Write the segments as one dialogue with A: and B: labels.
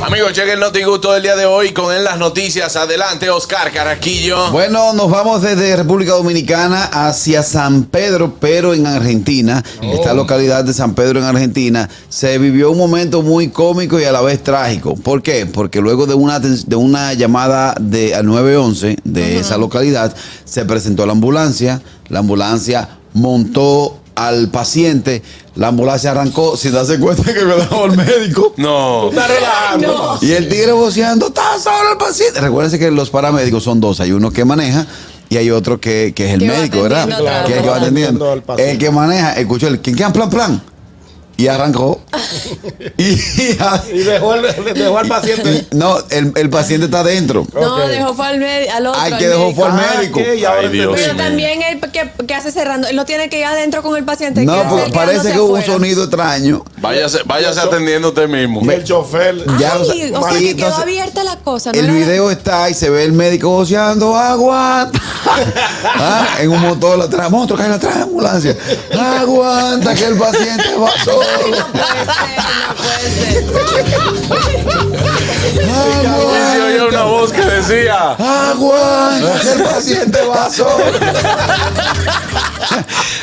A: Amigos, chequen el notigusto del día de hoy con en las noticias. Adelante, Oscar Carraquillo.
B: Bueno, nos vamos desde República Dominicana hacia San Pedro, pero en Argentina. Esta localidad de San Pedro en Argentina se vivió un momento muy cómico y a la vez trágico. ¿Por qué? Porque luego de una, aten- de una llamada de, al 911 de esa localidad, se presentó la ambulancia. La ambulancia montó al paciente. La ambulancia arrancó sin darse cuenta que me dejó el médico.
A: No.
C: relajando.
B: Y el tigre voceando, está solo el paciente. Recuérdense que los paramédicos son dos. Hay uno que maneja y hay otro que, que es el
C: Que va
B: médico, ¿verdad?
C: atendiendo atrás.
B: que es el que va
C: Claro,
B: atendiendo.
D: atendiendo al paciente.
B: El que maneja, escuchó el que queda plan, plan. Y arrancó. y, ah,
D: Y dejó, el, dejó al paciente.
B: no, el, el paciente está adentro.
C: No,
D: Ok.
C: dejó fue al, med- al otro.
B: Hay
C: al
B: que dejó
C: médico.
B: fue al
D: Ah,
B: médico.
D: ok, y ahora
A: Ay, Dios.
D: entendí.
C: Pero también él que, que hace cerrando, él no tiene que ir adentro con el paciente.
B: No,
C: él hace
B: porque parece
C: quedándose
B: que hubo un
C: afuera.
B: sonido extraño.
A: Váyase, váyase atendiendo usted mismo.
D: Y el chofer.
B: Ya,
C: Ay,
B: o sea,
C: o sea,
B: y
C: que quedó
B: entonces-
C: abierta la cosa. ¿no
B: el
C: era-
B: video está ahí, se ve el médico voceando, aguanta. Ah, En un motor atrás, monstruo, cae atrás de la ambulancia. Aguanta que el paciente va solo.
C: No puede ser, no puede ser.
A: Y se oía
B: Aguanta,
A: una voz que decía.
B: aguanta que el paciente va solo.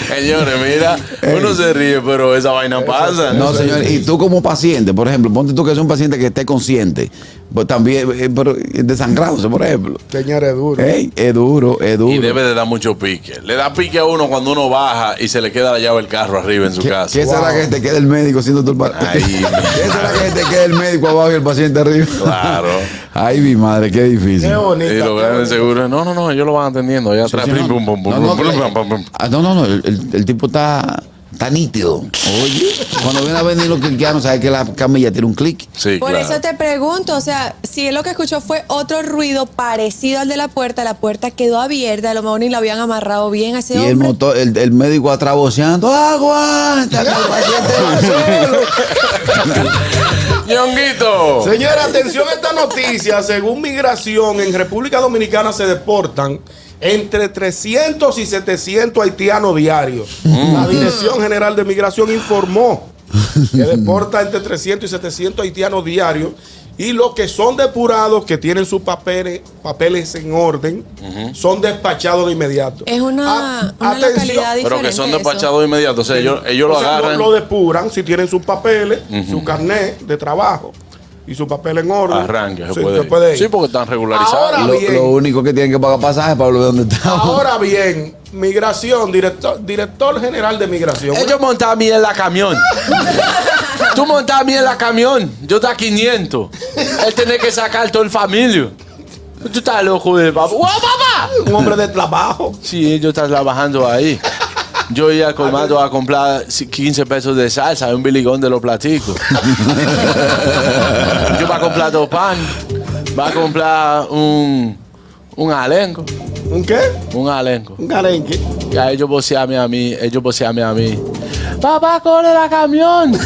A: Señores, mira, uno se ríe, pero esa vaina pasa.
B: No, señor, y tú como paciente, por ejemplo, ponte tú que es un paciente que esté consciente, pues también, eh, pero desangrándose, por ejemplo.
D: Señores, duro.
B: Ey, es duro, es duro.
A: Y debe de dar mucho pique. Le da pique a uno cuando uno baja y se le queda la llave del carro arriba en su
B: ¿Qué,
A: casa.
B: qué será que te queda el médico haciendo tu
A: Ay, mi
B: ¿Qué será que te queda el médico abajo y el paciente arriba?
A: Claro.
B: Ay, mi madre, qué difícil.
D: Qué bonita.
A: Y lo
D: qué
A: grandes
D: bonita.
A: seguros, no, no, no, ellos lo van atendiendo. Allá atrás, pum, pum, pum, pum,
B: No, no, que-
A: pum, pum, pum, pum.
B: Ah, no, no, no, el, el- el tipo está, está nítido. Oye, cuando viene a venir los cristianos, sabe que la camilla tiene un clic.
A: Sí,
C: Por
A: claro.
C: eso te pregunto, o sea, si él lo que escuchó fue otro ruido parecido al de la puerta, la puerta quedó abierta, a lo mejor ni la habían amarrado bien a ese
B: Y el,
C: hombre.
B: motor, el, el médico atraboceando, aguanta, que el paciente
D: Ah,
B: va solo.
A: Ñonguito.
D: Señores, atención a esta noticia. Según Migración, en República Dominicana se deportan entre 300 y 700 haitianos diarios. La Dirección General de Migración informó que deporta entre 300 y 700 haitianos diarios. Y los que son depurados, que tienen sus papeles, papeles en orden, son despachados de inmediato.
C: Es
D: A-
C: una, una
D: atención.
C: localidad diferente.
A: Pero que son
C: eso.
A: despachados de inmediato. O sea, ellos, ellos lo
D: O sea,
A: agarran.
D: Lo, depuran si tienen sus papeles, su carnet de trabajo y su papel en orden.
A: Arranque, se
D: Sí,
A: puede.
D: se puede ir.
A: Sí, porque están regularizados.
D: Ahora-
B: Lo,
D: bien. Ah,
B: lo único que tienen que pagar pasaje para volver donde estamos.
D: Ahora bien, Migración, director, director general de Migración.
A: Ellos montaban bien la camión. Tú montabas bien la camión. Yo te a 500. Él tiene que sacar todo el familia. Tú estás loco de papá. ¡Wow, papá!
D: Un hombre de trabajo.
A: Sí, ellos están trabajando ahí. Yo iba al colmado a comprar 15 pesos de salsa y un biligón de los platicos. Yo va a comprar dos pan. Va a comprar un, un alenco.
D: ¿Un qué?
A: Un alenco.
D: Un carenque.
A: Y a ellos voceame a mí, ellos voceame a mí. Papá, corre la camión.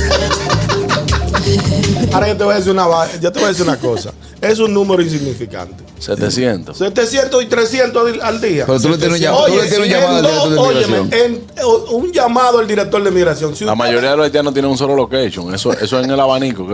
D: Ahora yo te voy a decir una, va- yo te voy a decir una cosa. Es un número insignificante.
A: 700.
D: 700 y 300 di- al día.
B: Pero tú le tienes un llamado- tú le
D: Oye,
B: tienes un
D: si
B: llamado
D: en
B: al director de
D: dos- óyeme,
B: migración.
D: en- o- un llamado al director de migración. Si
A: La
D: usted-
A: mayoría de los haitianos tienen un solo location. Eso, eso es en el abanico que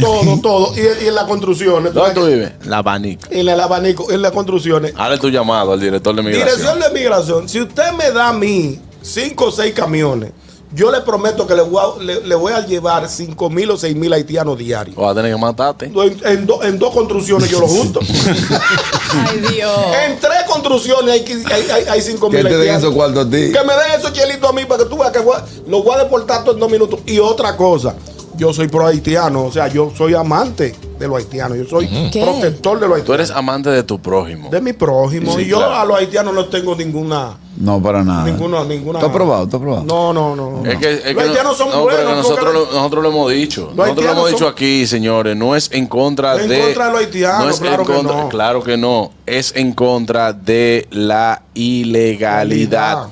D: Todo, todo. Y, y en las construcciones.
A: ¿Dónde tú vives? En el abanico.
D: En el abanico, en las construcciones.
A: Ahora tu llamado al director de migración.
D: Dirección de migración. Si usted me da a mí cinco o seis camiones, yo le prometo que le voy a, le- le voy a llevar cinco mil o seis mil haitianos diarios.
A: O vas a tener que matarte.
D: En, en do- en dos construcciones yo lo junto.
C: Ay, Dios.
D: en tres construcciones hay, qui- hay, hay, hay cinco
B: Que
D: mil
B: te den
D: haitianos.
B: esos cuartos a ti.
D: Que me den esos chelitos a mí para que tú veas que voy a- los voy a deportar todos en dos minutos. Y otra cosa, yo soy pro haitiano, o sea, yo soy amante de los haitianos, yo soy
C: ¿Qué?
D: protector de los
A: Tú
D: haitianos.
A: eres amante de tu prójimo.
D: De mi prójimo.
A: Sí,
D: y yo
A: claro.
D: a los haitianos no tengo ninguna.
B: No, para nada.
D: Ninguno, ninguna.
B: Ah. ¿Tú has probado? ¿Tú has probado?
D: No, no, no.
A: Es que, es que
D: los haitianos
A: no-
D: son
A: no, pero
D: buenos.
A: que nosotros,
D: porque-
A: lo, nosotros lo hemos dicho. Nosotros lo
D: haitianos
A: hemos dicho
D: son-
A: aquí, señores. No es en contra
D: En
A: de.
D: contra de los haitianos,
A: es en
D: claro que
A: contra-
D: no.
A: Claro que no. Es en contra de la ilegalidad.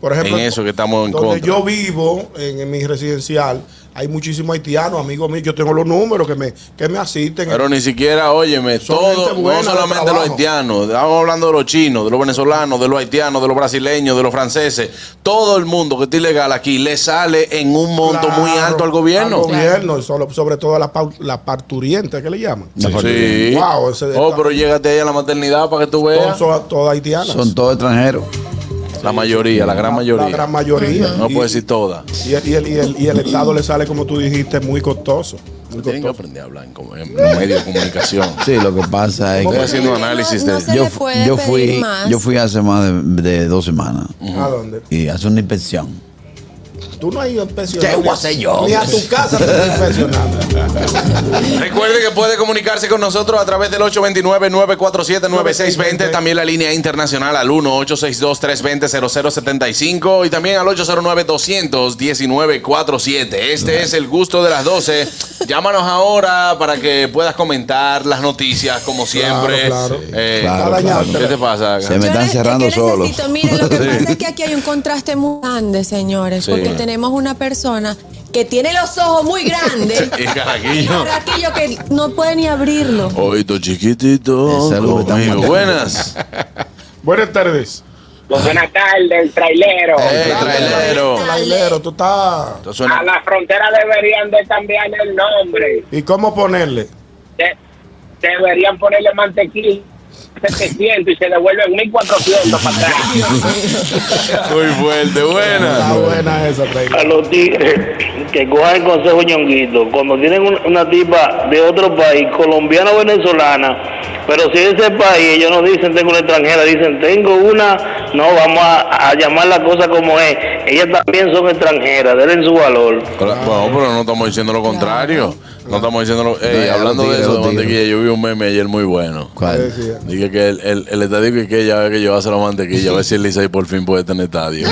D: Por
A: En eso que estamos en
D: donde
A: contra.
D: yo vivo, en, en mi residencial, Hay muchísimos haitianos, amigos míos. Yo tengo los números que me, que me asisten.
A: Pero ni siquiera, óyeme,
D: Son
A: todo,
D: gente buena
A: no
D: de
A: solamente los
D: trabajo.
A: haitianos, estamos hablando de los chinos, de los venezolanos, de los haitianos, de los brasileños, de los franceses, todo el mundo que está ilegal aquí le sale en un monto
D: Claro,
A: muy alto al gobierno.
D: Al gobierno, y solo- sobre todo a la, pau- la parturienta, que le llaman?
A: Sí. Sí.
D: Wow, ese
A: oh, pero llégate ahí a la maternidad para que tú
D: todos
A: veas.
D: son todas haitianas.
B: Son todos extranjeros.
A: La mayoría, la gran mayoría.
D: La gran mayoría.
A: No
D: Y-
A: puedo decir toda.
D: Y el, y el- y el- y el Estado le sale, como tú dijiste, muy costoso. Muy
A: Tienen que
D: costoso.
A: aprender a hablar en, com- en medios de comunicación.
B: Sí, lo que pasa es
A: Estoy
B: que
A: haciendo un análisis
C: No, no
A: de...
C: sé.
B: yo,
C: le
B: fu-
C: puede
B: yo
C: pedir
B: fui,
C: más?
B: yo fui hace más de, de dos semanas
D: ¿A dónde?
B: y hace una inspección.
D: Tú no has ido a inspeccionar.
B: ¿Qué voy a hacer yo?
D: Ni a tu casa te has inspeccionado.
A: Recuerde que puede comunicarse con nosotros a través del 829-947-9620. También la línea internacional al 1-862-320-0075 y también al 809-219-47. Este es el gusto de las 12. Llámanos ahora para que puedas comentar las noticias, como siempre.
D: claro.
A: Eh,
B: Claro,
D: Está dañado.
A: ¿Qué te pasa?
B: Se
C: Yo
B: me están
C: ne- yo
B: cerrando
C: que
B: solos.
C: necesito, Mire, lo que
A: Sí.
C: pasa es que aquí hay un contraste muy grande, señores,
A: Sí.
C: porque tenemos una persona que tiene los ojos muy grandes.
A: Y Carraquillo.
C: y Carraquillo que no puede ni abrirlo.
A: Oito chiquitito.
B: Esa es lo que estamos
A: conmigo.
B: matando.
A: Buenas.
D: Buenas tardes.
E: Pues buenas tardes, el trailero.
A: Eh, trailero.
D: Trailero, tú estás.
A: Esto
E: A
A: suena-
E: la frontera deberían de cambiar el nombre.
D: ¿Y cómo ponerle?
E: De- deberían ponerle mantequilla 700 y se devuelven 1400 para atrás.
A: Muy fuerte. Buenas.
D: Está buena esa,
F: a
D: trailero.
F: los tigres que cojan el consejo ñonguito, cuando tienen un- una tipa de otro país, colombiana o venezolana, pero si ese país ellos no dicen tengo una extranjera, dicen tengo una, no, vamos a, a llamar la cosa como es, ellas también son extranjeras, denle su valor.
A: Hola, Bueno, pero no estamos diciendo lo contrario. No estamos diciendo lo. Ey,
B: No, ya
A: hablando
B: lo
A: de
B: digo, lo
A: eso, de
B: digo.
A: mantequilla, yo vi un meme ayer muy bueno.
B: ¿Cuál?
D: Decía.
A: Dije que el, el, el estadio que que ya ve que llevarse la mantequilla, a ver si el Licey por fin puede tener estadio.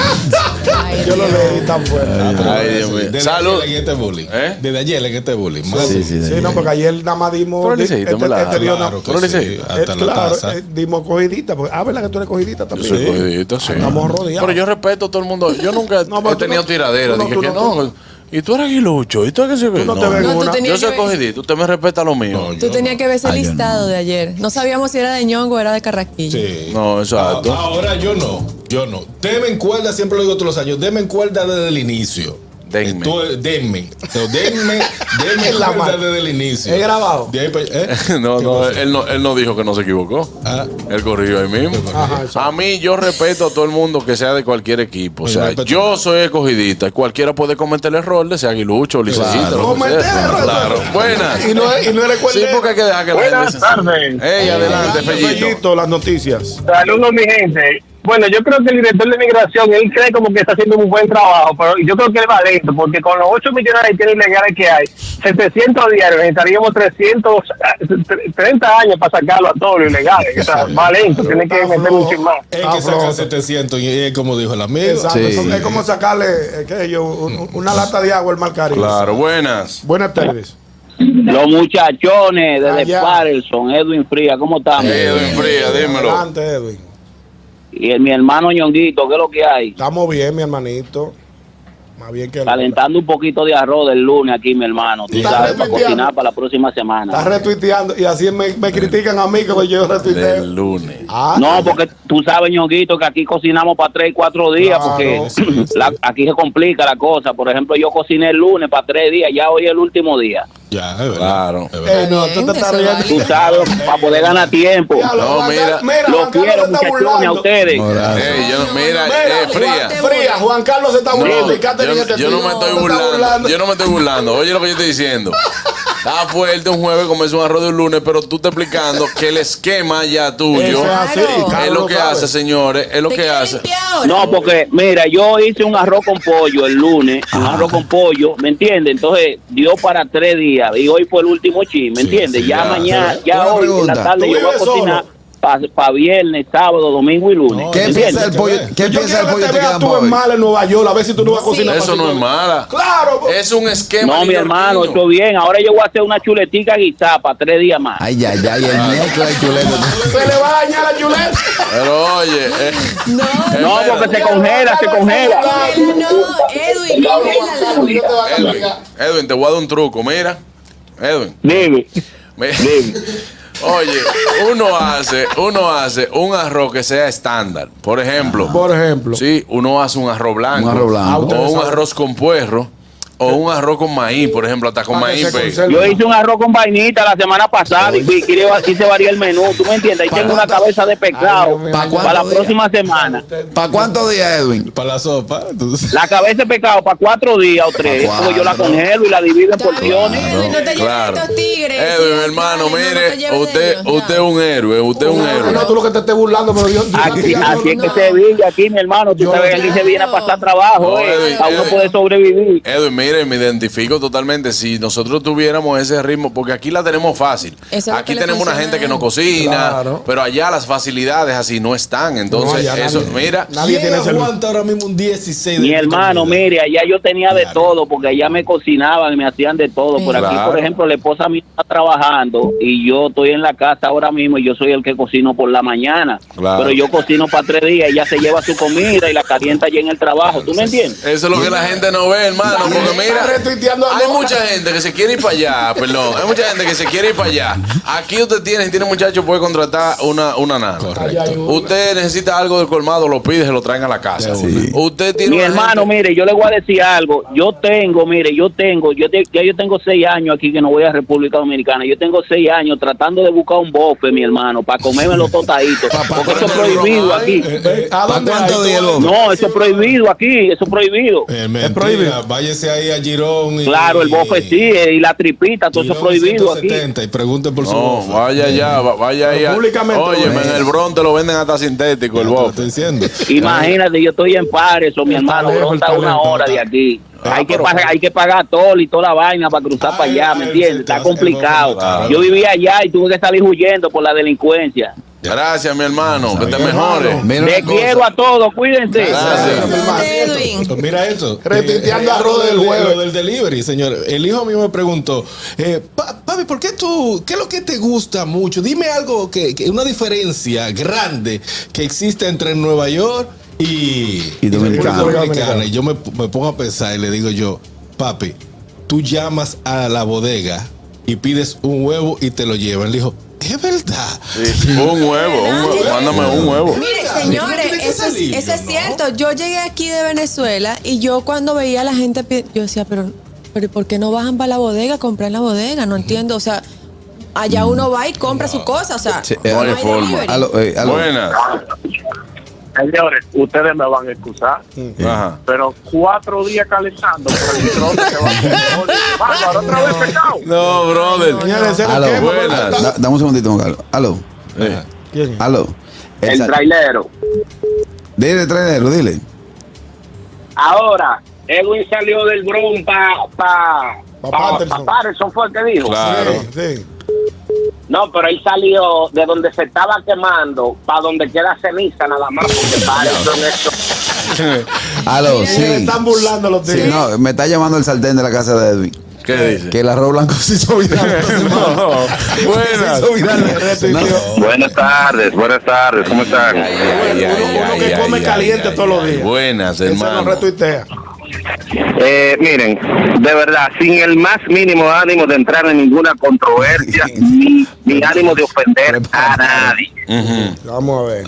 D: Yo lo leí tan fuerte.
A: Ay, Dios mío.
G: Desde
A: Salud.
G: ayer en este bullying.
A: ¿Eh?
G: Desde ayer en este bullying. Más-
B: Sí, sí,
D: Sí,
B: sí.
D: no, porque ayer nada más
A: Pero
D: dimos. di-
A: Licey,
D: este-
A: dame la-
D: este dio una-
G: Claro
A: Pero
G: que sí.
A: Licey,
D: eh,
G: Hasta la
D: Claro,
G: taza.
D: eh, dimos cogidita. Porque, ah, ¿verdad que tú eres cogidita
A: Yo
D: también?
A: soy cogidito, sí.
D: Estamos rodeados.
A: Pero yo respeto a todo el mundo. Yo nunca
D: No, pero
A: he
D: tú
A: tenido
D: no-
A: tiradera.
D: tú no-
A: Dije
D: tú
A: que
D: no-
A: no. Y tú eres guilucho. Y tú eres que se-
D: no te ves No, tú una.
A: Yo
C: tenías
A: soy
C: que ver-
A: cogidito. Usted me respeta lo mío.
G: No, yo-
C: Tú tenías que ver ese
B: Ah, yo
C: listado de ayer. No sabíamos si era de Ñongo o era de Carraquillo.
G: Sí.
A: No, exacto.
G: A- Ahora yo no, yo no. Deme en cuerda, siempre lo digo todos los años, deme en cuerda desde el inicio.
A: Denme.
G: Tú- denme. No, denme, denme en
D: En la
G: cuerda
D: mano.
G: desde el inicio.
D: He grabado.
G: De ahí pa- ¿eh?
A: No,
G: ¿Qué
A: no,
G: pasó?
A: él no, él no dijo que no se equivocó.
G: Ah.
A: Él corrigió ahí mismo.
D: Ajá, eso.
A: A mí yo respeto a todo el mundo que sea de cualquier equipo. O
G: Yo
A: sea,
G: respeto
A: yo soy escogidita. Cualquiera puede cometer el error, de sea aguilucho, o licecito.
G: Claro.
A: lo que
D: Cometer
A: sea.
D: el error.
A: Claro. Buenas.
D: Y no, es- y no eres
A: Sí,
D: cuerdero.
A: porque hay que dejar que
E: Buenas
A: la
E: tardes.
A: Ey, adelante,
D: Gracias,
A: Fellito.
D: Fellito, las noticias.
E: Saludos, mi gente. Bueno, yo creo que el director de migración, él cree como que está haciendo un buen trabajo, pero yo creo que él va lento, porque con los 8 millones de haitianos ilegales que hay, 700 diarios, necesitaríamos 330 años para sacarlo a todos los ilegales. O sea, va lento, tiene que
D: Está
E: meter
D: flojo.
E: mucho más.
G: Es
D: Ah,
G: que saca
D: flojo.
G: 700 y es como dijo el amigo.
D: Exacto.
B: Sí.
D: eso Es como sacarle eh, qué sé yo, un- un- una lata de agua al mar Caribe.
A: Claro, buenas.
D: Buenas tardes.
H: Los muchachones desde
D: Allá.
H: Patterson, Edwin Fría, ¿cómo estamos?
A: Ey, Edwin Fría, dímelo.
D: Adelante, Edwin.
H: Y el- mi hermano Ñonguito, ¿qué es lo que hay?
D: Estamos bien, mi hermanito. Más bien que nada.
H: Calentando un poquito de arroz del lunes aquí, mi hermano, tú
D: Está
H: sabes, para
D: retuiteando.
H: cocinar para la próxima
D: Está
H: semana.
D: retuiteando y así me, me critican a mí que yo retuiteo.
A: Del lunes.
D: Ah,
H: No, porque tú sabes, Ñonguito, que aquí cocinamos para tres y cuatro días,
D: Claro,
H: porque
D: sí, sí.
H: la- aquí se complica la cosa. Por ejemplo, yo cociné el lunes para tres días, ya hoy es el último día.
G: Ya, es verdad.
A: Claro.
G: Es verdad.
D: eh, no, tú te
C: Bien,
D: estás
C: eso
D: riendo.
H: Tú
C: vale.
H: sabes, para poder ganar tiempo.
D: Ya, lo-
A: No,
D: Juan
A: mira.
D: Carlos- mira,
H: Los
D: Juan Carlos
H: quiero,
D: se está
H: muchachones, a
D: burlando.
H: ustedes.
B: No, gracias.
A: Ey, yo no- mira,
D: Mira,
A: eh, fría.
D: Juan- fría. Juan Carlos se está
A: No,
D: burlando. y Catherine
A: yo,
D: este
A: yo no
D: tío
A: me estoy
D: se está
A: burlando, Yo no me estoy burlando. Oye lo que yo estoy diciendo. Está fuerte un jueves comerse un arroz de un lunes, pero tú estás explicando que el esquema ya tuyo
D: Eso es así,
C: Claro.
D: Carlos
A: es lo que
D: sabe.
A: hace, señores. Es lo
C: ¿Te
A: que
C: quieres
A: hace.
C: limpiar ahora?
H: No, porque mira, yo hice un arroz con pollo el lunes, un arroz con pollo, ¿me entiendes? Entonces dio para tres días y hoy fue el último chin,
G: Sí,
H: ¿me entiendes?
G: sí, ya.
H: ya, mañana,
B: Pero,
H: ya
B: una
H: hoy en
B: pregunta,
H: la tarde
D: ¿tú
H: yo voy a
D: vives
H: cocinar.
D: solo?
H: para viernes, sábado, domingo y lunes.
G: No,
B: ¿Qué
G: Oye,
B: piensa
G: sí,
B: el
G: que
B: pollo?
G: ver.
B: ¿Qué
D: Yo
B: piensa
D: quiero
B: el
D: que
B: pollo
D: te
B: que
D: veas
B: quedan
D: tú
B: pa'
D: en
B: hoy?
D: mala en Nueva York, a ver si tú no vas a cocinar.
A: Eso
D: para
A: no es
D: cinco-
A: mala.
D: Claro, bo-
A: Es un esquema.
H: No, mi hermano,
A: neoyorquino.
H: esto bien. Ahora yo voy a hacer una chuletica guisada para tres días más.
B: Ay, ay, ay, el mezcla de chuleta.
D: se le va a dañar la chuleta.
A: Pero oye, eh,
C: No,
H: no,
A: Espera.
H: porque se congela, se congela.
C: congélalo, no, Edwin, congélalo.
A: Edwin, Edwin, te voy a dar un truco. Mira, Edwin.
F: Dime.
A: Me- Oye, uno hace, uno hace un arroz que sea estándar. Por ejemplo,
D: Por ejemplo.
A: sí, uno hace un arroz blanco,
B: Un arroz blanco.
A: o un arroz con puerro, o un arroz con maíz, por ejemplo, hasta con
D: Para que
A: maíz.
D: se
A: pega.
D: conserve.
H: Yo hice un arroz con vainita la semana pasada y y quería- quise variar el menú, ¿tú me entiendes? Ahí tengo una cabeza de pescado
D: Ay, Dios mío.
H: para,
B: ¿Para
H: la
B: cuánto
H: próxima semana.
B: ¿Para cuántos días, Edwin?
G: Para la sopa. entonces.
H: La cabeza de pescado para cuatro días o tres,
B: Pa'
H: porque yo la
B: cuatro.
H: congelo y la divido en
C: Está bien,
H: porciones.
C: Edwin, no te lleves de estos tigres.
A: Edwin,
C: sí,
A: hermano,
C: dale, no, no te
A: mire,
C: lleves de
A: usted,
C: ellos, ya.
A: usted es un héroe, usted es un
D: No,
A: héroe.
D: no, tú lo que te estés burlando, pero yo. yo-
H: Aquí,
D: yo-
H: así es que
C: no.
H: se vive aquí, mi hermano. Tú
D: Yo-
H: sabes que aquí se viene a pasar trabajo,
A: No,
H: eh,
A: Edwin,
H: para uno
A: Edwin.
H: poder sobrevivir.
A: Edwin, mire, me identifico totalmente. Si nosotros tuviéramos ese ritmo, porque aquí la tenemos fácil.
C: Eso es lo
A: aquí
C: que le
A: tenemos una
C: funciona
A: gente
C: a
A: que
C: él.
A: no cocina,
D: Claro.
A: pero allá las facilidades así no están. Entonces,
D: allá
A: eso,
D: nadie-
A: mira,
D: Nadie
G: ¿Quién
D: tiene ese lujo.
G: aguanta ahora mismo un 16 de
H: Mi hermano,
G: comida?
H: mire, allá yo tenía de
G: Claro.
H: todo, porque allá me cocinaban, me hacían de todo. Por aquí,
A: Claro.
H: por ejemplo, la esposa mía está trabajando y yo estoy en la casa ahora mismo y yo soy el que cocino por la mañana.
A: Claro.
H: Pero yo cocino para tres días, ella se lleva su comida y la calienta allá en el trabajo. ¿Tú me entiendes?
A: Eso es lo que la gente no ve, hermano.
D: Está
A: Porque mira,
D: retuiteando a
A: hay
D: Lola.
A: mucha gente que se quiere ir para allá, perdón. Hay mucha gente que se quiere ir para allá. Aquí usted tiene, si tiene muchacho, puede contratar una, una nana.
D: Allá hay uno.
A: Usted necesita algo del colmado, lo pide, se lo traen a la casa. Usted tiene
H: Mi
A: una
H: hermano,
A: gente-
H: mire, yo le voy a decir algo. Yo tengo, mire, yo tengo, yo te- ya yo tengo seis años aquí que no voy a República Dominicana. Yo tengo seis años tratando de buscar un bofe, mi hermano, para comerme los tostaditos. porque eso es
A: comerme los
H: prohibido
A: romanos.
H: aquí.
G: Eh,
D: ¿A dónde
B: ¿Para
D: hay tú?
B: cuántos días, Bob?
H: No, eso es prohibido aquí, eso es prohibido.
G: eh, mentira,
D: Es prohibido.
G: Váyese ahí a Girón. y-
H: Claro, el bofe sí, eh, y la tripita, todo eso es
G: Girón
H: prohibido aquí.
G: 170, Y pregunte por su
A: No,
G: bofe.
A: vaya allá, va- vaya allá.
D: Públicamente
A: Oye,
D: lo
A: en
D: es.
A: el Bron te lo venden hasta sintético, el
G: Te lo estoy
A: bofe.
G: diciendo.
H: Imagínate, yo estoy en pares, mi
D: Está
H: hermano,
D: lejos
H: bro,
D: el
H: está una
D: talento,
H: hora de
G: está-
H: aquí.
G: Ah,
H: hay, que
G: pero-
H: pagar, hay que pagar todo y toda la vaina para cruzar
G: Ay,
H: para allá, ¿me
G: ay,
H: entiendes?
G: sí,
H: Está
G: te vas-
H: complicado.
G: claro.
H: Yo vivía allá y tuve que salir huyendo por la delincuencia.
A: Gracias, mi hermano. Que te
G: Sabía,
A: mejores.
G: hermano.
B: Mira
H: Te
B: una cosa.
H: quiero a todos,
G: Ah,
H: cuídense.
A: Gracias.
C: Cuídate, Edwin.
G: Mira eso.
D: Retuiteando
G: Eh,
D: arroz
G: lo
D: del jueves.
G: Lo del delivery, señor. El hijo mío me preguntó, eh, pa- papi, ¿por qué tú, qué es lo que te gusta mucho? Dime algo, que, que- una diferencia grande que existe entre Nueva York y,
B: Y Dominicana.
G: República Dominicana. Y yo me, me pongo a pensar y le digo yo, papi, tú llamas a la bodega y pides un huevo y te lo llevan. Le dijo, es verdad.
A: Sí, Un huevo, un huevo. Mándame un huevo.
C: Mire,
G: Mira,
C: señores,
G: tiene que
C: eso, es-
G: salir,
C: eso es
G: ¿no?
C: cierto. Yo llegué aquí de Venezuela y yo cuando veía a la gente, pi- yo decía, pero, pero ¿por qué no bajan para la bodega, comprar en la bodega? No entiendo, o sea, allá uno va y compra su cosa, o sea,
B: Sí,
A: No hay forma.
C: delivery.
B: Aló, eh, aló.
A: Buenas.
F: Señores, ustedes me van a excusar,
A: Ajá.
F: pero cuatro días calentando por el microondas se va a poner. Bárbaro, otra vez pecado.
A: No, brother.
D: Señores, se nos
B: Aló,
D: quema,
A: buenas.
D: ¿verdad?
B: Da- Dame un segundito, Juan Carlos. Aló,
A: Eh,
D: ¿Quién?
B: aló.
H: El
B: Esa-
H: trailero.
B: Dile, trailero, dile.
H: Ahora,
F: Edwin salió del Bron pa pa
D: Pa'
F: pa,
H: Ah,
D: Patterson.
F: pa Patterson fue el que dijo.
A: Claro.
D: Sí, sí.
F: No, pero él salió de donde se estaba quemando para donde queda ceniza nada más porque Patterson eso.
B: Aló,
D: Se le
B: sí.
D: están burlando los
B: Sí,
D: tigres.
B: no, me está llamando el sartén de la casa de Edwin.
A: ¿Qué dice?
B: Que el arroz blanco se hizo viral. esta semana.
A: No.
B: Se
A: Buenas.
B: hizo viral.
D: Retuiteó.
I: Buenas tardes, buenas tardes, ¿cómo están?
D: ay, Uno- uno ay, que ay, come ay, caliente ay, todos los ay. días.
A: Buenas,
D: Ese no
A: hermano.
D: retuitea.
I: Eh, miren, de verdad, sin el más mínimo ánimo de entrar en ninguna controversia, ni, ni ánimo de ofender a nadie.
A: Ujú.
D: Vamos a ver.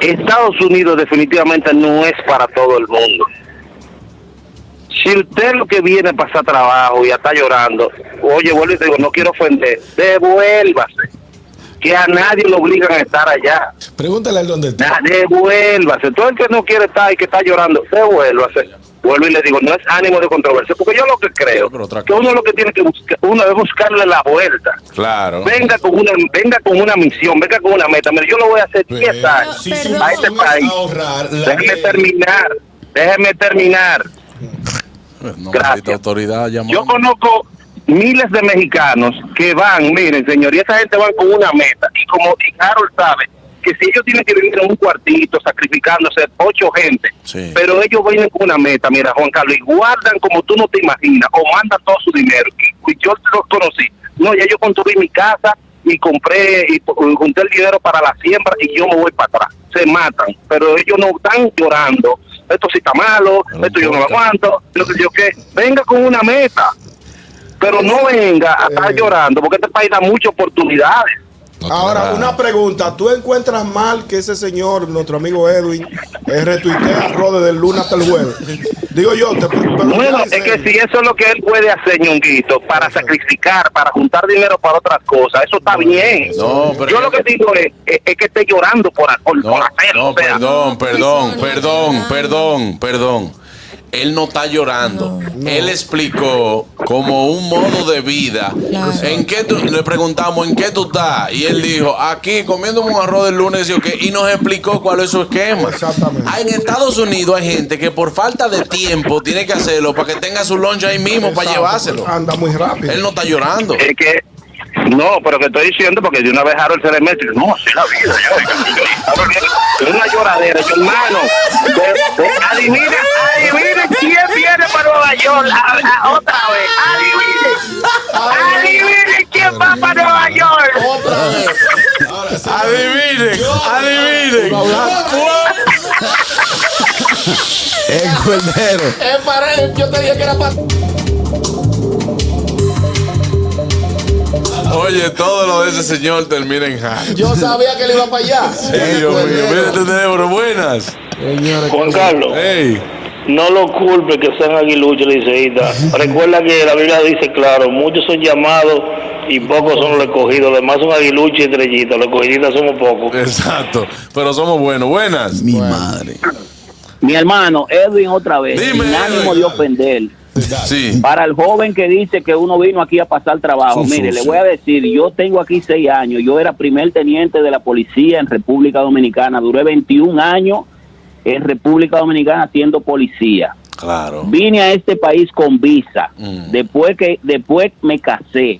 I: Estados Unidos definitivamente no es para todo el mundo. Si usted lo que viene a pasar trabajo y ya está llorando, oye, vuelvo y te digo, no quiero ofender, devuélvase. Que a nadie lo obligan a estar allá.
G: Pregúntale a él dónde está.
I: Nah, devuélvase. Todo el que no quiere estar y que está llorando, devuélvase. Vuelvo y le digo, no es ánimo de controversia, porque yo lo que creo,
A: Pero otra
I: que uno lo que tiene que buscar, uno es buscarle la vuelta.
A: Claro.
I: Venga con una venga con una misión, venga con una meta. Mira, yo lo voy a hacer 10 años
G: si su
C: Perdón.
I: a este
G: misión es
I: país.
G: ahorrar, la
I: Déjeme
G: de-
I: terminar, déjeme terminar.
A: No,
I: Gracias.
A: maldita autoridad
I: Yo
A: llamando.
I: conozco, miles de mexicanos que van, miren, señoría, esa gente van con una meta. Y como y Carol sabe, que si ellos tienen que vivir en un cuartito sacrificándose ocho gente,
A: Sí.
I: pero ellos vienen con una meta, mira, Juan Carlos, y guardan como tú no te imaginas, o mandan todo su dinero. Y, y yo los conocí. No, ya yo construí mi casa y compré y po- junté el dinero para la siembra y yo me voy para atrás. Se matan, pero ellos no están llorando. Esto sí está malo,
A: Pero
I: esto yo no lo
A: importa.
I: aguanto, lo que yo qué. Venga con una meta, pero no venga a estar llorando, porque este país da muchas oportunidades.
D: Ahora, una pregunta. ¿Tú encuentras mal que ese señor, nuestro amigo Edwin, eh, retuitea a Rode del lunes hasta el jueves? Digo yo, te pero- pero-
I: Bueno, es que si eso es lo que él puede hacer, ñonguito, para sacrificar, para juntar dinero para otras cosas, eso está bien.
A: No, pero-
I: Yo lo que digo es, es- es que esté llorando por, por,
A: No,
I: por hacerlo.
A: no,
I: o sea,
A: perdón, perdón,
C: Eso no
A: perdón,
C: llorando.
A: perdón, perdón. Él no está llorando. Él explicó como un modo de vida.
C: Claro.
A: ¿En qué tú- le preguntamos en qué tú estás y él dijo aquí comiéndome un arroz del lunes y, o qué, y nos explicó cuál es su esquema.
D: Exactamente.
A: Ah, en Estados Unidos hay gente que por falta de tiempo tiene que hacerlo para que tenga su lunch ahí mismo para
D: Exacto,
A: llevárselo.
D: Anda muy rápido.
A: Él no está llorando.
I: Es que, no, pero que estoy diciendo, porque de una vez Harold se le mete, no, así es la vida. ya, ya, ya, ya. Harold, Es una lloradera, yo, hermano. de- de- adivina, adivina quién viene para Nueva York a- a- otra vez. Adivine, adivine quién va para Nueva York.
G: Otra vez. Ahora, sí.
A: Adivinen, adivinen.
B: El cuernero.
G: Es para él, yo te dije que era para.
A: Oye, todo lo de ese señor termina en ja.
G: Yo sabía que él iba para allá.
A: Ey, Dios mío, mira este cerebro, buenas.
F: Juan Carlos.
A: Ey,
F: No lo culpe que sean aguiluchos, liceíta. Recuerda que la Biblia dice claro, muchos son llamados y pocos son los escogidos. Los demás son aguiluchos y estrellitas, los escogiditas somos pocos.
A: exacto. Pero somos buenos, buenas.
B: Mi madre.
H: Mi hermano, Edwin otra vez,
A: Dime,
H: sin ánimo
A: Edwin.
H: de ofender.
A: Sí.
H: Para el joven que dice que uno vino aquí a pasar trabajo,
A: Sí, sí,
H: mire, le
A: sí.
H: voy a decir, yo tengo aquí seis años, yo era primer teniente de la policía en República Dominicana, duré 21 años en República Dominicana siendo policía.
A: Claro.
H: Vine a este país con visa,
A: Mm.
H: después que después me casé,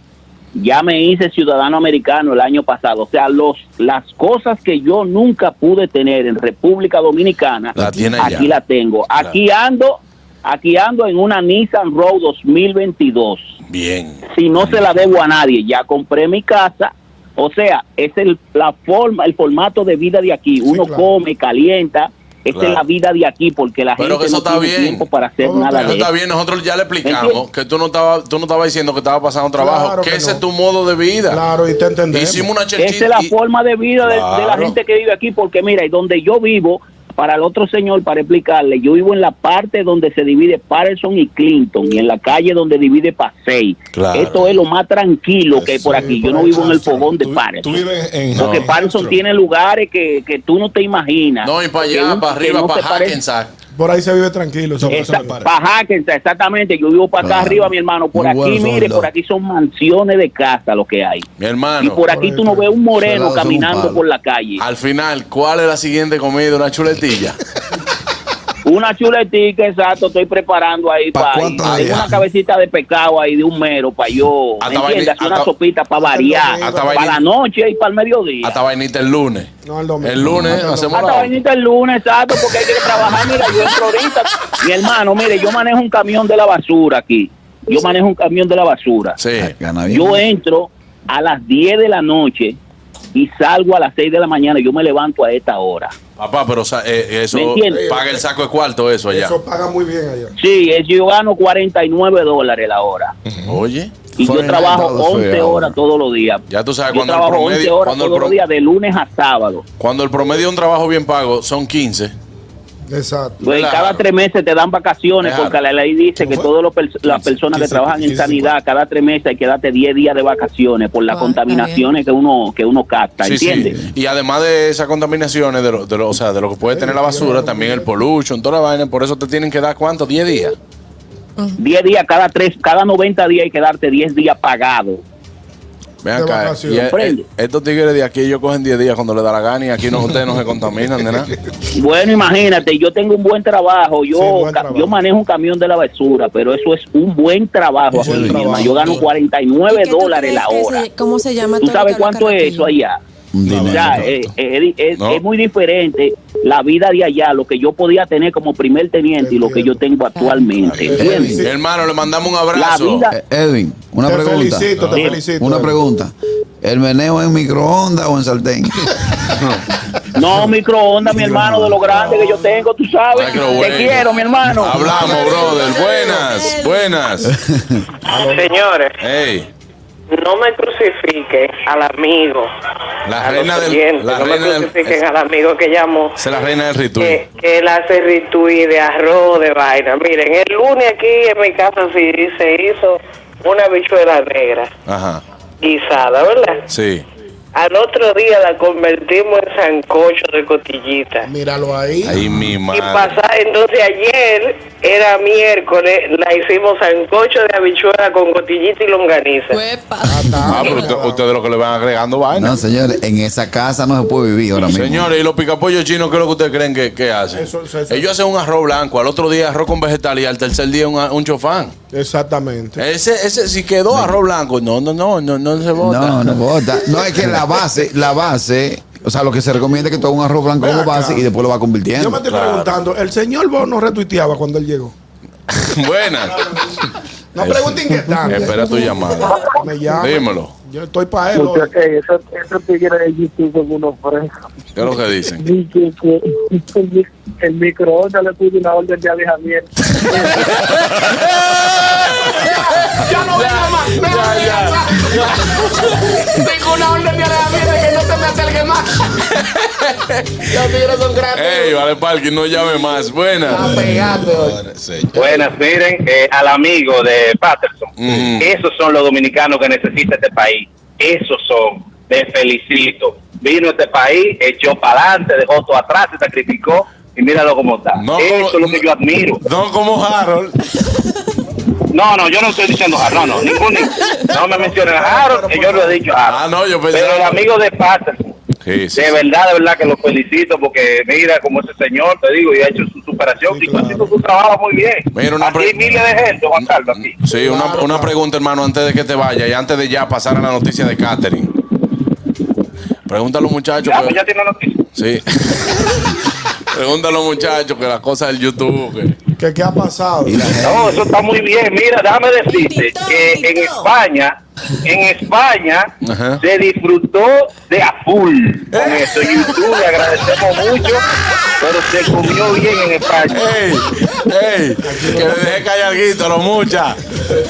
H: ya me hice ciudadano americano el año pasado, o sea, los las cosas que yo nunca pude tener en República Dominicana,
A: La tiene ya.
H: aquí la tengo,
A: Claro.
H: aquí ando, aquí ando en una Nissan Road 2022
A: Bien.
H: si no se la debo a nadie, ya compré mi casa. O sea, es el, la forma, el formato de vida de aquí. Uno
D: claro.
H: come, calienta. Esa
A: Claro.
H: es la vida de aquí porque la
A: Pero que
H: gente
A: eso
H: no
A: está
H: tiene
A: bien.
H: tiempo para hacer
D: No, no,
H: nada
A: Eso
H: de
A: está
H: eso.
A: bien, nosotros ya le explicamos que tú no estabas tú no estabas diciendo que estaba pasando trabajo,
D: Claro
A: que,
D: que
A: ese
D: no.
A: es tu modo de vida.
D: Claro, y te entendemos.
A: Hicimos una
H: Esa
A: chelchita.
H: es la
A: y-
H: forma de vida de- de, la
A: Claro.
H: gente que vive aquí porque mira, y donde yo vivo, para el otro señor, para explicarle, yo vivo en la parte donde se divide Patterson y Clinton y en la calle donde divide Pasey.
A: Claro.
H: Esto es lo más tranquilo que hay por
G: Sí,
H: aquí. Yo
G: por
H: no
G: ahí,
H: vivo en el
G: Armstrong.
H: fogón de
G: Tú-
H: Patterson.
G: Tú vives en.
H: Porque
G: en
H: Parson
G: Armstrong.
H: tiene lugares que, que tú no te imaginas.
A: No, y para
H: Que
A: allá,
H: un-
A: para
H: que
A: arriba,
H: no se
A: para
H: parece-
A: Hackensack.
D: Por ahí se vive tranquilo. se
H: Esa-
D: puede parar.
H: para Hackensack, exactamente. Yo vivo para acá
B: Claro.
H: arriba, mi hermano. Por
B: Muy
H: aquí,
B: bueno,
H: mire,
B: Rolando.
H: por aquí son mansiones de casa lo que hay.
A: Mi
H: y
A: hermano,
H: por aquí tú no ves un
B: Ese lado
H: moreno
B: son un
H: caminando
B: palo.
H: por la calle.
A: al final, ¿cuál es la siguiente comida? Una chuletilla.
H: Una chuletica, exacto, estoy preparando ahí
B: ¿Pa'
H: para
B: cuántos días?
H: una cabecita de pescado ahí de un mero para yo, ¿me
A: Hasta
H: entiendes?
A: baile-
H: Hacer una
A: hasta-
H: sopita para variar,
D: hasta
H: para
A: baile-
H: la noche y para el mediodía.
A: Hasta vainita el lunes.
D: No, el domingo.
A: lunes
D: No, no,
A: hacemos
H: Hasta
A: la
H: venirte el lunes, exacto, porque hay que trabajar. Mira, yo entro ahorita. Mi hermano, mire, yo manejo un camión de la basura aquí. Yo manejo un camión de la basura.
A: Sí.
B: Ah, Gana bien.
H: Yo entro a las 10 de la noche y salgo a las 6 de la mañana. Yo me levanto a esta hora.
A: Papá, pero o sea, eh, eso
H: ¿Me entiendes?
A: paga el saco de cuarto eso allá.
D: Eso paga muy bien allá.
H: Sí, es- yo gano 49 dólares la hora.
A: Oye,
H: Y yo
B: Fue
H: trabajo
B: inventado feo
H: 11 horas
B: ahora.
H: todos los días.
A: ya tú sabes
H: Yo
A: cuando el
H: trabajo 11
A: promedio,
H: horas
A: cuando el,
H: todos los
A: pro-
H: días, de lunes a sábado.
A: cuando el promedio de un trabajo bien pago son 15.
D: Exacto.
H: Pues
A: Claro.
H: cada tres meses te dan vacaciones
A: Claro.
H: porque la ley dice que
G: fue?
H: todas las pers- las
G: 15,
H: personas que
G: 15,
H: trabajan en
G: 15,
H: sanidad cada tres meses hay que darte 10 días de vacaciones por las
C: Ah,
H: contaminaciones que uno que uno capta,
A: Sí, sí.
H: ¿entiendes?
A: Y además de esas contaminaciones, de lo, de lo- o sea, de lo que puede tener la basura, también el pollution, toda la vaina, por eso te tienen que dar cuánto, 10 días.
H: 10 días cada tres, cada 90 días hay que darte 10 días pagados.
A: Ven
D: De
A: acá.
D: vacaciones.
A: y e-
H: Prende.
A: e- estos tigres de aquí ellos cogen 10 días cuando les da la gana y aquí no, ustedes no se contaminan de nada.
H: Bueno, imagínate, yo tengo un buen trabajo, yo
D: Sí, buen
H: ca-
D: trabajo.
H: yo manejo un camión de la basura, pero eso es un buen trabajo,
B: Eso
H: aquí,
B: es
H: mi
B: trabajo.
H: hermano. Yo gano
C: ¿Y
H: 49
C: qué tú
H: dólares la
C: crees que
H: hora.
C: se- ¿Cómo se llama
H: ¿Tú
C: todo
H: sabes
C: lo que habla
H: cuánto es
C: Carraquillo?
H: eso allá?
B: Un
H: O
B: dinero.
H: sea, eh, eh, es,
A: No.
H: es muy diferente la vida de allá, lo que yo podía tener como primer teniente y lo que yo tengo actualmente. ¿entiendes?
D: Sí.
A: Hermano, le mandamos un abrazo.
H: La vida-
B: Eh, Edwin, una
D: te
B: pregunta. Ah.
D: felicito, te
H: Dime.
D: felicito.
B: Una pregunta. ¿El meneo en microondas o en sartén?
H: No, microondas, mi hermano, de lo grande que yo tengo, tú sabes.
A: Microwave.
H: Te quiero, mi hermano.
A: Hablamos, brother. Buenas, buenas.
F: Señores,
A: Ey,
F: no me crucifiquen al amigo.
A: La
F: a los
A: reina del-
F: oyentes,
A: la
F: no
A: reina
F: me
A: del-
F: crucifiquen al amigo que llamó.
A: esa es la reina del
F: Que,
H: Eh.
A: ritual.
F: que él hace retweet de arroz, de vaina. Miren, el lunes aquí en mi casa sí se hizo una bichuela negra
A: Ajá,
F: guisada, ¿verdad?
A: sí.
F: Al otro día la convertimos en sancocho de cotillita.
D: Míralo ahí.
A: Ahí mi
F: Y
A: madre.
F: pasa, entonces ayer era miércoles, la hicimos sancocho de habichuela con cotillita y longaniza.
C: Huepa.
A: Ah, pero usted- ustedes lo que le van agregando
B: No,
A: vaina.
B: señores, en esa casa no se puede vivir ahora mismo.
A: Señores, ¿y los picapollos chinos qué es lo que ustedes creen que, que hacen?
D: Eso- eso- eso.
A: Ellos hacen un arroz blanco, al otro día arroz con vegetal y al tercer día un, un chofán.
B: Eh,
D: Exactamente.
A: Ese, ese, si quedó arroz blanco, no, no, no, no, no se bota.
B: No, no importa. No, es que la base, la base, o sea, lo que se recomienda es que tome un arroz blanco
D: Ven
B: como
D: acá.
B: base y después lo va
D: Yo
B: convirtiendo.
D: me estoy
A: Claro.
D: preguntando, ¿el señor Bo no retuiteaba cuando él llegó?
A: Buenas.
D: No pregunten qué tal.
A: Espera tu llamada.
D: Me llama.
A: Dímelo.
D: Yo estoy para él. hoy.
E: Muchachos, eso, eso tigres de YouTube son unos frescos.
A: ¿Qué es lo que dicen?
E: Y que, que el, mi- el microondas le puso una orden de alejamiento.
D: Ya no venga más. no venga más. Tengo una orden de alejamiento que no te me acerque más. Los tigres son gratis.
A: Ey, vale, Parkin, no llame más. Buenas.
G: Ahora, señor.
I: Buenas, miren, eh, al amigo de Patterson.
A: Mm.
I: Esos son los dominicanos que necesita este país. Esos son. Te felicito. Vino este país, echó para adelante, dejó todo atrás, se sacrificó y míralo cómo está.
A: No,
I: Eso es lo que
A: no.
I: yo admiro.
A: No como Harold.
I: No, no, yo no estoy diciendo Harold, no, no, ningún. No me mencionen a Harold, que yo lo he dicho a Harold.
A: Ah, no, yo pensé.
I: Pero el amigo de Patterson,
A: Sí, sí,
I: de
A: sí.
I: verdad, de verdad que lo felicito porque mira como ese señor, te digo, y ha hecho su superación
D: Sí,
I: y ha
D: claro.
I: hecho su trabajo muy bien.
A: Mira, una
I: aquí
A: pre-
I: hay miles de gente, Juan Carlos, aquí.
A: Sí, una,
D: Claro,
A: una
D: claro.
A: pregunta, hermano, antes de que te vaya y antes de ya pasar a la noticia de Catherine. Pregúntale a los muchachos.
I: Ya,
A: que-
I: pues ya tiene noticia.
A: Sí. Pregúntale a los muchachos que las cosas del YouTube. que-
D: ¿Qué, ¿Qué ha pasado?
I: No, eso está muy bien. Mira, déjame decirte
C: Tito,
I: que en
C: Tito.
I: España, en España
A: Ajá.
I: se disfrutó de a full con
C: Eh.
I: esto. YouTube le agradecemos mucho, pero se comió bien en España.
C: Eh.
A: ¡Ey! ¡Ey! Que le dejé callarguito a los muchas.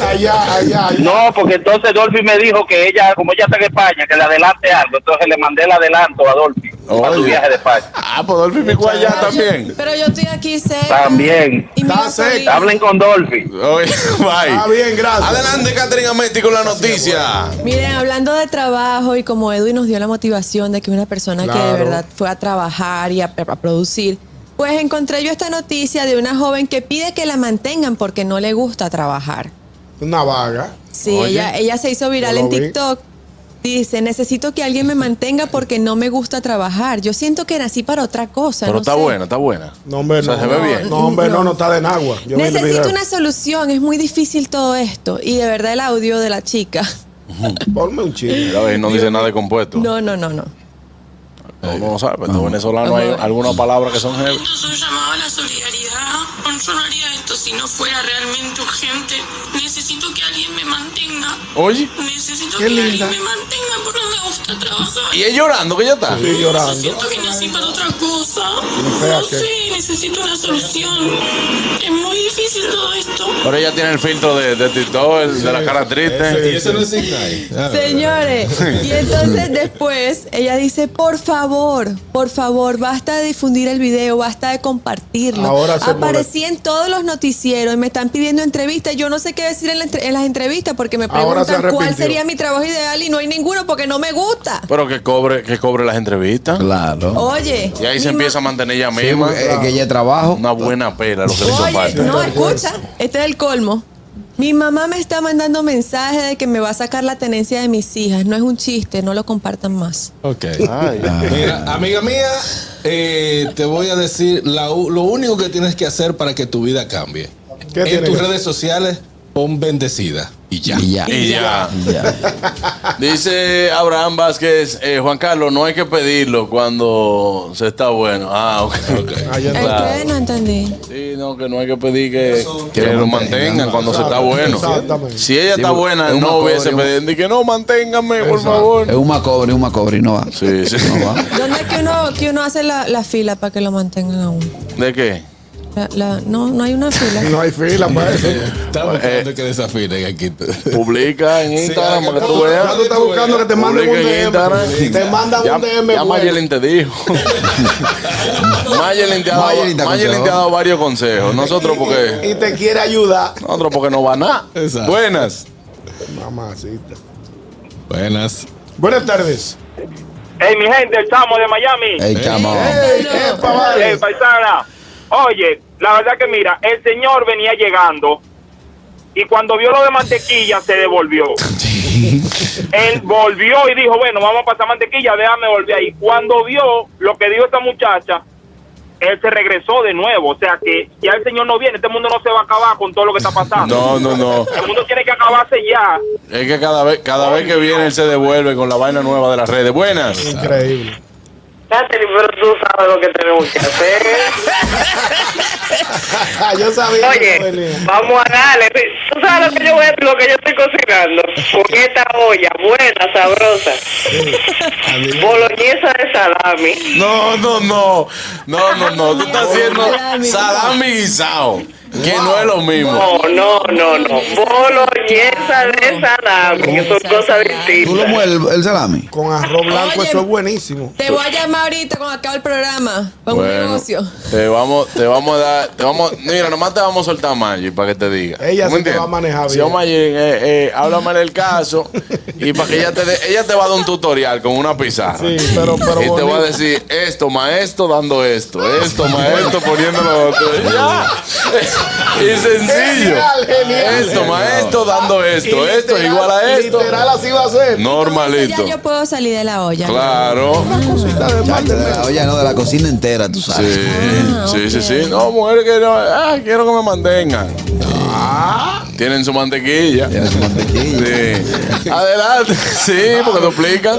D: Allá, allá, allá.
I: No, porque entonces Dolphy me dijo que ella, como ella está en España, que le adelante algo. Entonces le mandé el adelanto a Dolphy para su
A: Oye.
I: viaje de España.
A: Ah, pues Dolphy picó allá también.
C: Pero yo estoy aquí cerca.
I: También.
C: Y
D: Está
C: mira,
D: cerca.
C: Solís.
I: Hablen con Dolphy.
A: Oye,
D: Está
A: bye.
D: Ah, bien, gracias.
A: Adelante, Catherine Ametti con la noticia.
C: Miren, hablando de trabajo y como Edwin nos dio la motivación de que una persona que de
D: Claro.
C: verdad fue a trabajar y a, a producir, pues encontré yo esta noticia de una joven que pide que la mantengan porque no le gusta trabajar.
D: Una vaga.
C: Sí, ella, ella se hizo viral
D: yo
C: en
D: lo vi.
C: TikTok. Dice, necesito que alguien me mantenga porque no me gusta trabajar. Yo siento que nací para otra cosa.
A: Pero
C: no
A: está
C: sé.
A: buena, está buena.
D: No, hombre,
A: O sea,
D: no.
A: se ve bien.
D: No, hombre, no, no está de agua. Yo vi el
C: Necesito
D: video.
C: una solución, es muy difícil todo esto. Y de verdad el audio de la chica.
D: Ponme un chile.
A: Ya ves, no dice nada de compuesto.
C: No, no, no, no.
A: No, no sabe, pero los venezolanos hay algunas palabras que son heavy.
J: Nosotros llamaba a la solidaridad. Por solidaridad, esto si no fuera realmente urgente. Necesito que alguien me mantenga.
A: Oye,
J: Necesito
D: Qué
J: que
D: linda.
J: alguien me mantenga porque no me gusta trabajar.
A: y es llorando que ya está.
D: Estoy llorando.
J: Siento que nací para otra cosa.
D: fea
J: No
D: que-
J: sé, necesito una solución. Es muy difícil todo esto.
A: Pero ella tiene el filtro de, de TikTok, el de la cara
G: Y
A: triste.
G: eso no es Ignite. Ah,
C: Señores, y entonces después ella dice, por favor, por favor, basta de difundir el video, basta de compartirlo.
D: Ahora se
C: Aparecí en todos los noticieros y me están pidiendo entrevistas. Yo no sé qué decir en, la entre- en las entrevistas porque me
D: Ahora se
C: preguntan cuál
D: arrepintió.
C: sería mi trabajo ideal y no hay ninguno porque no me gusta.
A: Pero que cobre, que cobre las entrevistas.
C: Oh,
B: Claro.
C: Oye.
A: Y ahí se
C: mi ma-
A: empieza a mantener ella
B: Sí,
A: misma.
B: porque, eh, que ella trabajo.
A: Una buena pela, lo que le hizo
C: Oye,
A: falta.
C: no, escucha, este es el colmo. Mi mamá me está mandando mensaje de que me va a sacar la tenencia de mis hijas. No es un chiste, no lo compartan más.
G: Ok.
B: Ah,
G: Mira, amiga mía, eh, te voy a decir la u- lo único que tienes que hacer para que tu vida cambie.
D: ¿Qué
G: en
D: tiene
G: tus
D: que-
G: redes sociales, pon bendecida. Y ya.
A: Y ya. Dice Abraham Vázquez, eh, Juan Carlos, no hay que pedirlo cuando se está bueno. Ah, ok.
C: ¿El qué? No entendí.
A: Sí, no, que no hay que pedir que, que
B: Que
A: lo
B: lo
A: mantengan cuando se está bueno.
D: Exactamente.
A: Si ella está
B: Sí,
A: buena,
B: es un
A: no
B: macobre,
A: hubiese
B: un-
A: pedido. Ni que no, manténgame, por favor.
B: Es un macobre, un macobre, y no va.
A: Sí, sí.
B: No va.
C: ¿Dónde es que uno, que uno hace la, la fila para que lo mantengan a uno?
A: ¿De qué?
C: La- la- no, no hay una fila.
D: No hay fila pues. para eso.
G: Estamos esperando que desafinen aquí.
A: Eh, Publica en Instagram para que tú
D: Ya
A: veas.
D: tú estás buscando que te manden un
A: Publica en
D: DM.
A: Instagram.
D: Te mandan
A: Ya,
D: un DM.
A: ya
D: bueno.
A: Mayelin te dijo. Mayelin te ha dado,
B: Mayelin te aconsejó.
A: Mayelin te ha dado varios consejos. Nosotros porque,
D: Y te quiere ayudar.
A: nosotros porque no va nada.
G: Exacto.
A: Buenas.
D: Mamacita.
G: Buenas.
D: Buenas tardes.
E: Hey, mi gente, el chamo de Miami.
B: Ey, chamo.
D: Ey, epa, vale.
E: Eh, paisana, oye, la verdad que mira, el señor venía llegando y cuando vio lo de mantequilla se devolvió. Él volvió y dijo, bueno, vamos a pasar mantequilla, déjame volver ahí. Cuando vio lo que dijo esta muchacha, él se regresó de nuevo. O sea que ya el señor no viene, este mundo no se va a acabar con todo lo que está pasando.
A: No, no, no.
E: El mundo tiene que acabarse ya.
A: Es que cada vez, cada vez que viene él se devuelve con la vaina nueva de las redes. Buenas.
D: Increíble.
E: pero tú sabes lo que tenemos que hacer.
D: Ah, yo sabía
J: Oye,
D: que venía.
J: vamos a darle. ¿Tú sabes lo que yo voy a- lo que yo estoy cocinando? Con esta olla buena, sabrosa. Boloñesa de salami.
A: No, no, no. No, no, no. Tú estás haciendo salami guisado. Que no es lo mismo.
J: No, Oh, no, no, no. Boloñesa de salami, que son cosas
B: ¿Tú lo
J: distintas.
B: mueves el salami?
D: Con arroz blanco,
C: Oye.
D: eso es buenísimo.
C: Te voy a llamar ahorita cuando acabe el programa. Para un
A: Bueno,
C: negocio.
A: te vamos, te vamos a dar, te vamos, mira, nomás te vamos a soltar a Maggi para que te diga.
D: Ella
A: ¿Tú me
D: sí te va a
A: entiendes?
D: manejar
A: Si
D: bien.
A: yo Maggi, eh, eh, háblame del caso y para que ella te, dé- ella te va a dar un tutorial con una pizarra.
D: Sí, pero, pero
A: y te
D: bonito.
A: va a decir esto, maestro, dando esto, esto, maestro, poniéndolo otro. Ya. Y sencillo.
D: Genial, genial.
A: Esto, maestro, dando esto,
D: Y
A: esto, es
D: literal-
A: igual a esto.
D: Literal así va a ser.
A: Normalito.
C: Ya yo puedo salir de la olla.
A: Claro.
D: Cosita de
B: Ya,
D: parte
B: de
D: de-
B: la- Oye, no, de la cocina entera, tú sabes.
A: Sí,
C: Ah,
A: sí,
C: ok.
A: sí, sí. No, mujeres que no. Ah, quiero que me mantengan. Ah, tienen su mantequilla.
B: Tiene su mantequilla.
A: Sí. Adelante. Sí, porque duplican.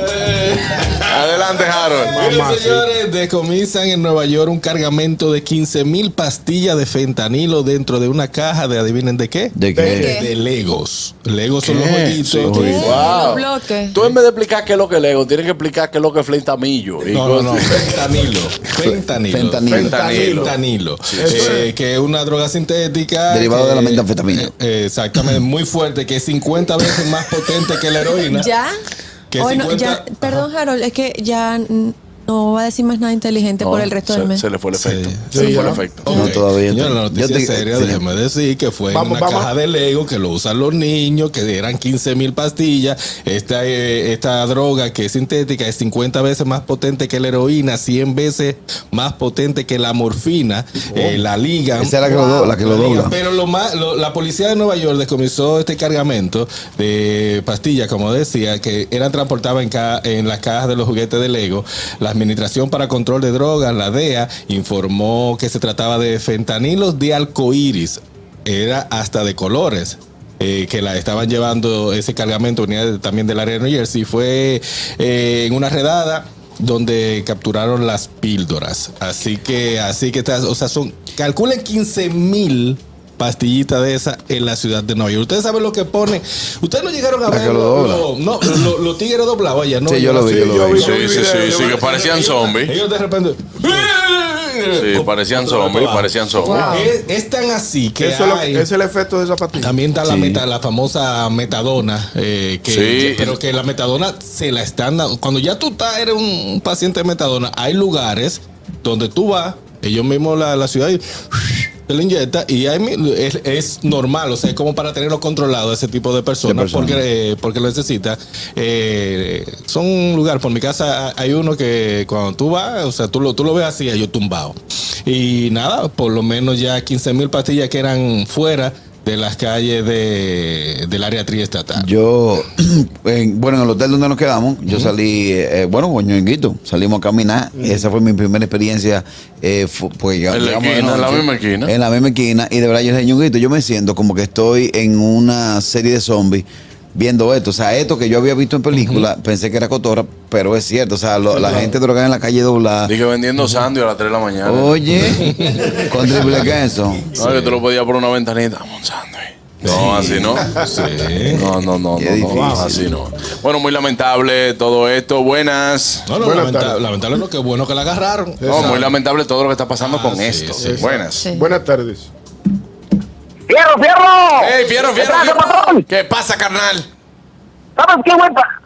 A: Adelante, Harold.
G: Miren, señores, decomisan en Nueva York un cargamento de 15 mil pastillas de fentanilo dentro de una caja de, adivinen de qué?
B: ¿De qué?
G: De Legos. Legos son los
A: ¿Qué?
G: joyitos.
A: Sí,
C: ¿Qué?
A: joyitos. Wow.
C: Los bloques.
A: Tú en vez de explicar qué es lo que lego, tienes que explicar qué es lo que es flentamillo. y
G: No, no, no,
A: cosas.
G: fentanilo. Fentanilo.
B: Fentanilo.
G: Fentanilo.
A: Fentanilo.
G: Eh, que es una droga sintética.
B: Derivado
G: que-
B: de la metanfetamina.
G: eh, exactamente, muy fuerte, que es 50 veces más potente que la heroína.
C: ¿Ya?
G: Que
C: Hoy no,
G: 50
C: ya- Perdón, Harold, es que ya mm, no va a decir más nada inteligente por el resto
A: se,
C: del mes.
A: se le fue el efecto.
G: Sí.
A: Se le
D: Sí,
A: fue el
D: ya.
A: efecto.
G: Ok.
B: No, todavía
G: Señora,
B: te-
G: la noticia
B: yo te-
G: seria,
B: sí.
G: déjeme decir que fue en
D: Vamos,
G: una
D: vamos.
G: caja de Lego que lo usan los niños, que eran 15 mil pastillas. Esta, eh, esta droga que es sintética es 50 veces más potente que la heroína, 100 veces más potente que la morfina,
D: Oh.
G: eh, la liga.
B: Esa es la que lo do- la que lo dobla.
G: Pero lo más, lo- la policía de Nueva York descomisó este cargamento de pastillas, como decía, que eran transportadas en, ca- en las cajas de los juguetes de Lego. La Administración para Control de Drogas, la DEA, informó que se trataba de fentanilos de arcoíris. Era hasta de colores. eh, que la estaban llevando ese cargamento, venía de- también del área de New Jersey. Fue eh, en una redada donde capturaron las píldoras. Así que, así que, estas- o sea, son, calculen 15 mil pastillitas de esa en la ciudad de Nueva York. Ustedes saben lo que ponen. Ustedes no llegaron a
B: La que lo
G: ver lo-
B: dobla.
G: lo- no, lo- lo- los tigres doblados allá, ¿no?
B: Sí, yo lo vi, yo lo vi.
A: Sí, sí, sí, sí, que parecían zombies.
G: Ellos de repente.
A: Sí, parecían zombies, parecían zombies.
G: Es, es tan así que
D: Eso es lo-
G: hay-
D: ese es el efecto de esa patilla.
G: también está la, meta, la famosa metadona, eh, que,
A: Sí.
G: que- pero que la metadona se la están dando. Cuando ya tú estás, eres un paciente de metadona, hay lugares donde tú vas, ellos mismos la, la ciudad y te la inyecta y ahí mi- es, es normal, o sea, es como para tenerlo controlado ese tipo de personas,
B: De personas.
G: porque eh, porque lo necesita. Eh, son un lugar, por mi casa hay uno que cuando tú vas, o sea, tú lo, tú lo ves así, yo tumbado. Y nada, por lo menos ya 15 mil pastillas que eran fuera de las calles de, del área triestatal.
B: Yo, en- bueno, en el hotel donde nos quedamos, yo salí, eh, bueno, con Ñonguito, salimos a caminar. Esa fue mi primera experiencia. eh, fu- pues, ya-
A: En la
B: llegamos de
A: esquina, en la
B: noche,
A: misma esquina.
B: En la misma esquina. Y de verdad, yo dije, Ñonguito, yo me siento como que estoy en una serie de zombies viendo esto. O sea, esto que yo había visto en película, pensé que era cotorra, pero es cierto. O sea, lo- la gente drogada en la calle doblada.
A: Dije vendiendo sándwich a las 3 de la mañana.
B: Oye, con triple queso.
A: No, que tú lo podías por una ventanita. Dame un sándwich. No, así no.
G: Sí.
A: No, no, no,
B: Qué
A: no, no, así
B: difícil.
A: no. Bueno, muy lamentable todo esto. Buenas.
G: No, no,
D: Buenas
G: lamenta-
D: tardes.
G: lamentable no, que bueno que la agarraron.
A: No, muy lamentable todo lo que está pasando con
G: Ah, sí,
A: esto.
G: sí, sí.
A: Buenas.
K: Sí.
D: Buenas tardes.
L: ¡Fierro, fierro!
A: ¡Ey, fierro, fierro!
L: ¿Qué pasa, patrón?
A: ¿Qué pasa, carnal?
L: ¿Sabes qué, güey? Pa-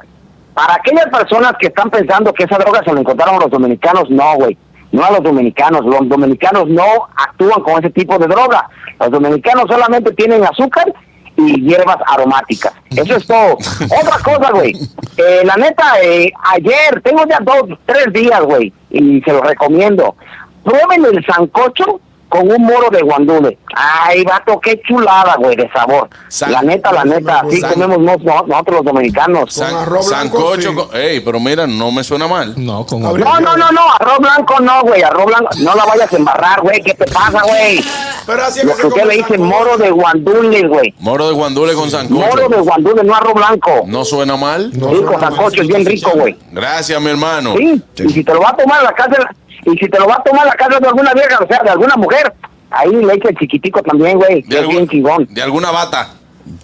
L: Para aquellas personas que están pensando que esa droga se la encontraron los dominicanos, no, güey. No a los dominicanos. Los dominicanos no actúan con ese tipo de droga. Los dominicanos solamente tienen azúcar y hierbas aromáticas. Eso es todo. Otra cosa, güey. Eh, la neta, eh, ayer, tengo ya dos, tres días, güey, y se los recomiendo. Prueben el sancocho con un moro de guandule. Ay, vato, qué chulada, güey, de sabor.
A: San-
L: la neta, la neta, así
A: San-
L: comemos nos- no- nosotros los dominicanos.
D: San- arroz blanco,
A: sancocho.
D: sí.
A: con- Ey, pero mira, no me suena mal.
G: No, con
D: Habla-
L: No, Oh, no, no, no, arroz blanco no, güey, arroz blanco, no la vayas a embarrar, güey, ¿qué te pasa, güey?
D: Pero así es
L: Lo
D: se
L: que usted
D: come
L: le dice
D: sancocho.
L: moro de guandules, güey,
A: Moro de guandule con sancocho.
L: moro de guandules, no arroz blanco,
A: No suena mal.
D: No, no,
L: rico,
D: no,
L: sancocho, es bien rico, güey,
A: Gracias, mi hermano.
L: sí, y si te lo va a tomar a la casa, y si te lo va a tomar a la casa de alguna vieja, o sea, de alguna mujer, ahí le echa el chiquitico también, güey, que es
A: algún-
L: bien chingón.
A: de alguna bata.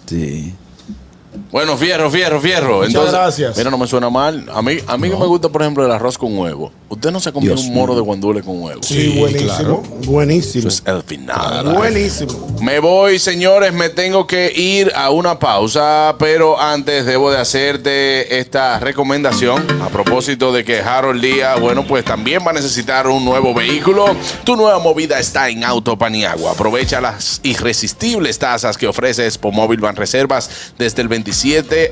B: Sí.
A: Bueno, fierro, fierro, fierro. Entonces,
D: gracias.
A: Mira, no me suena mal. A mí, a mí que me gusta, por ejemplo, el arroz con huevo. Usted no se comió
B: Dios
A: un moro de guandule con huevo.
D: Sí, buenísimo. Buenísimo.
A: Eso es el final.
D: Buenísimo.
A: Me voy, señores, me tengo que ir a una pausa, pero antes debo de hacerte esta recomendación a propósito de que Harold Díaz, bueno, pues también va a necesitar un nuevo vehículo. Tu nueva movida está en Auto Paniagua. Aprovecha las irresistibles tasas que ofrece Expomóvil Banreservas desde el 27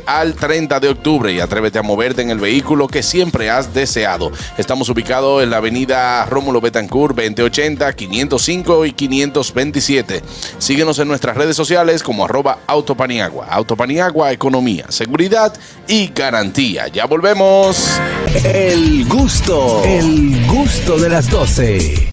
A: al 30 de octubre y atrévete a moverte en el vehículo que siempre has deseado. Estamos ubicados en la avenida Rómulo Betancourt, 2080, 505 y 527. Síguenos en nuestras redes sociales como arroba autopaniagua. Autopaniagua, economía, seguridad y garantía. Ya volvemos.
M: El gusto, el gusto de las 12.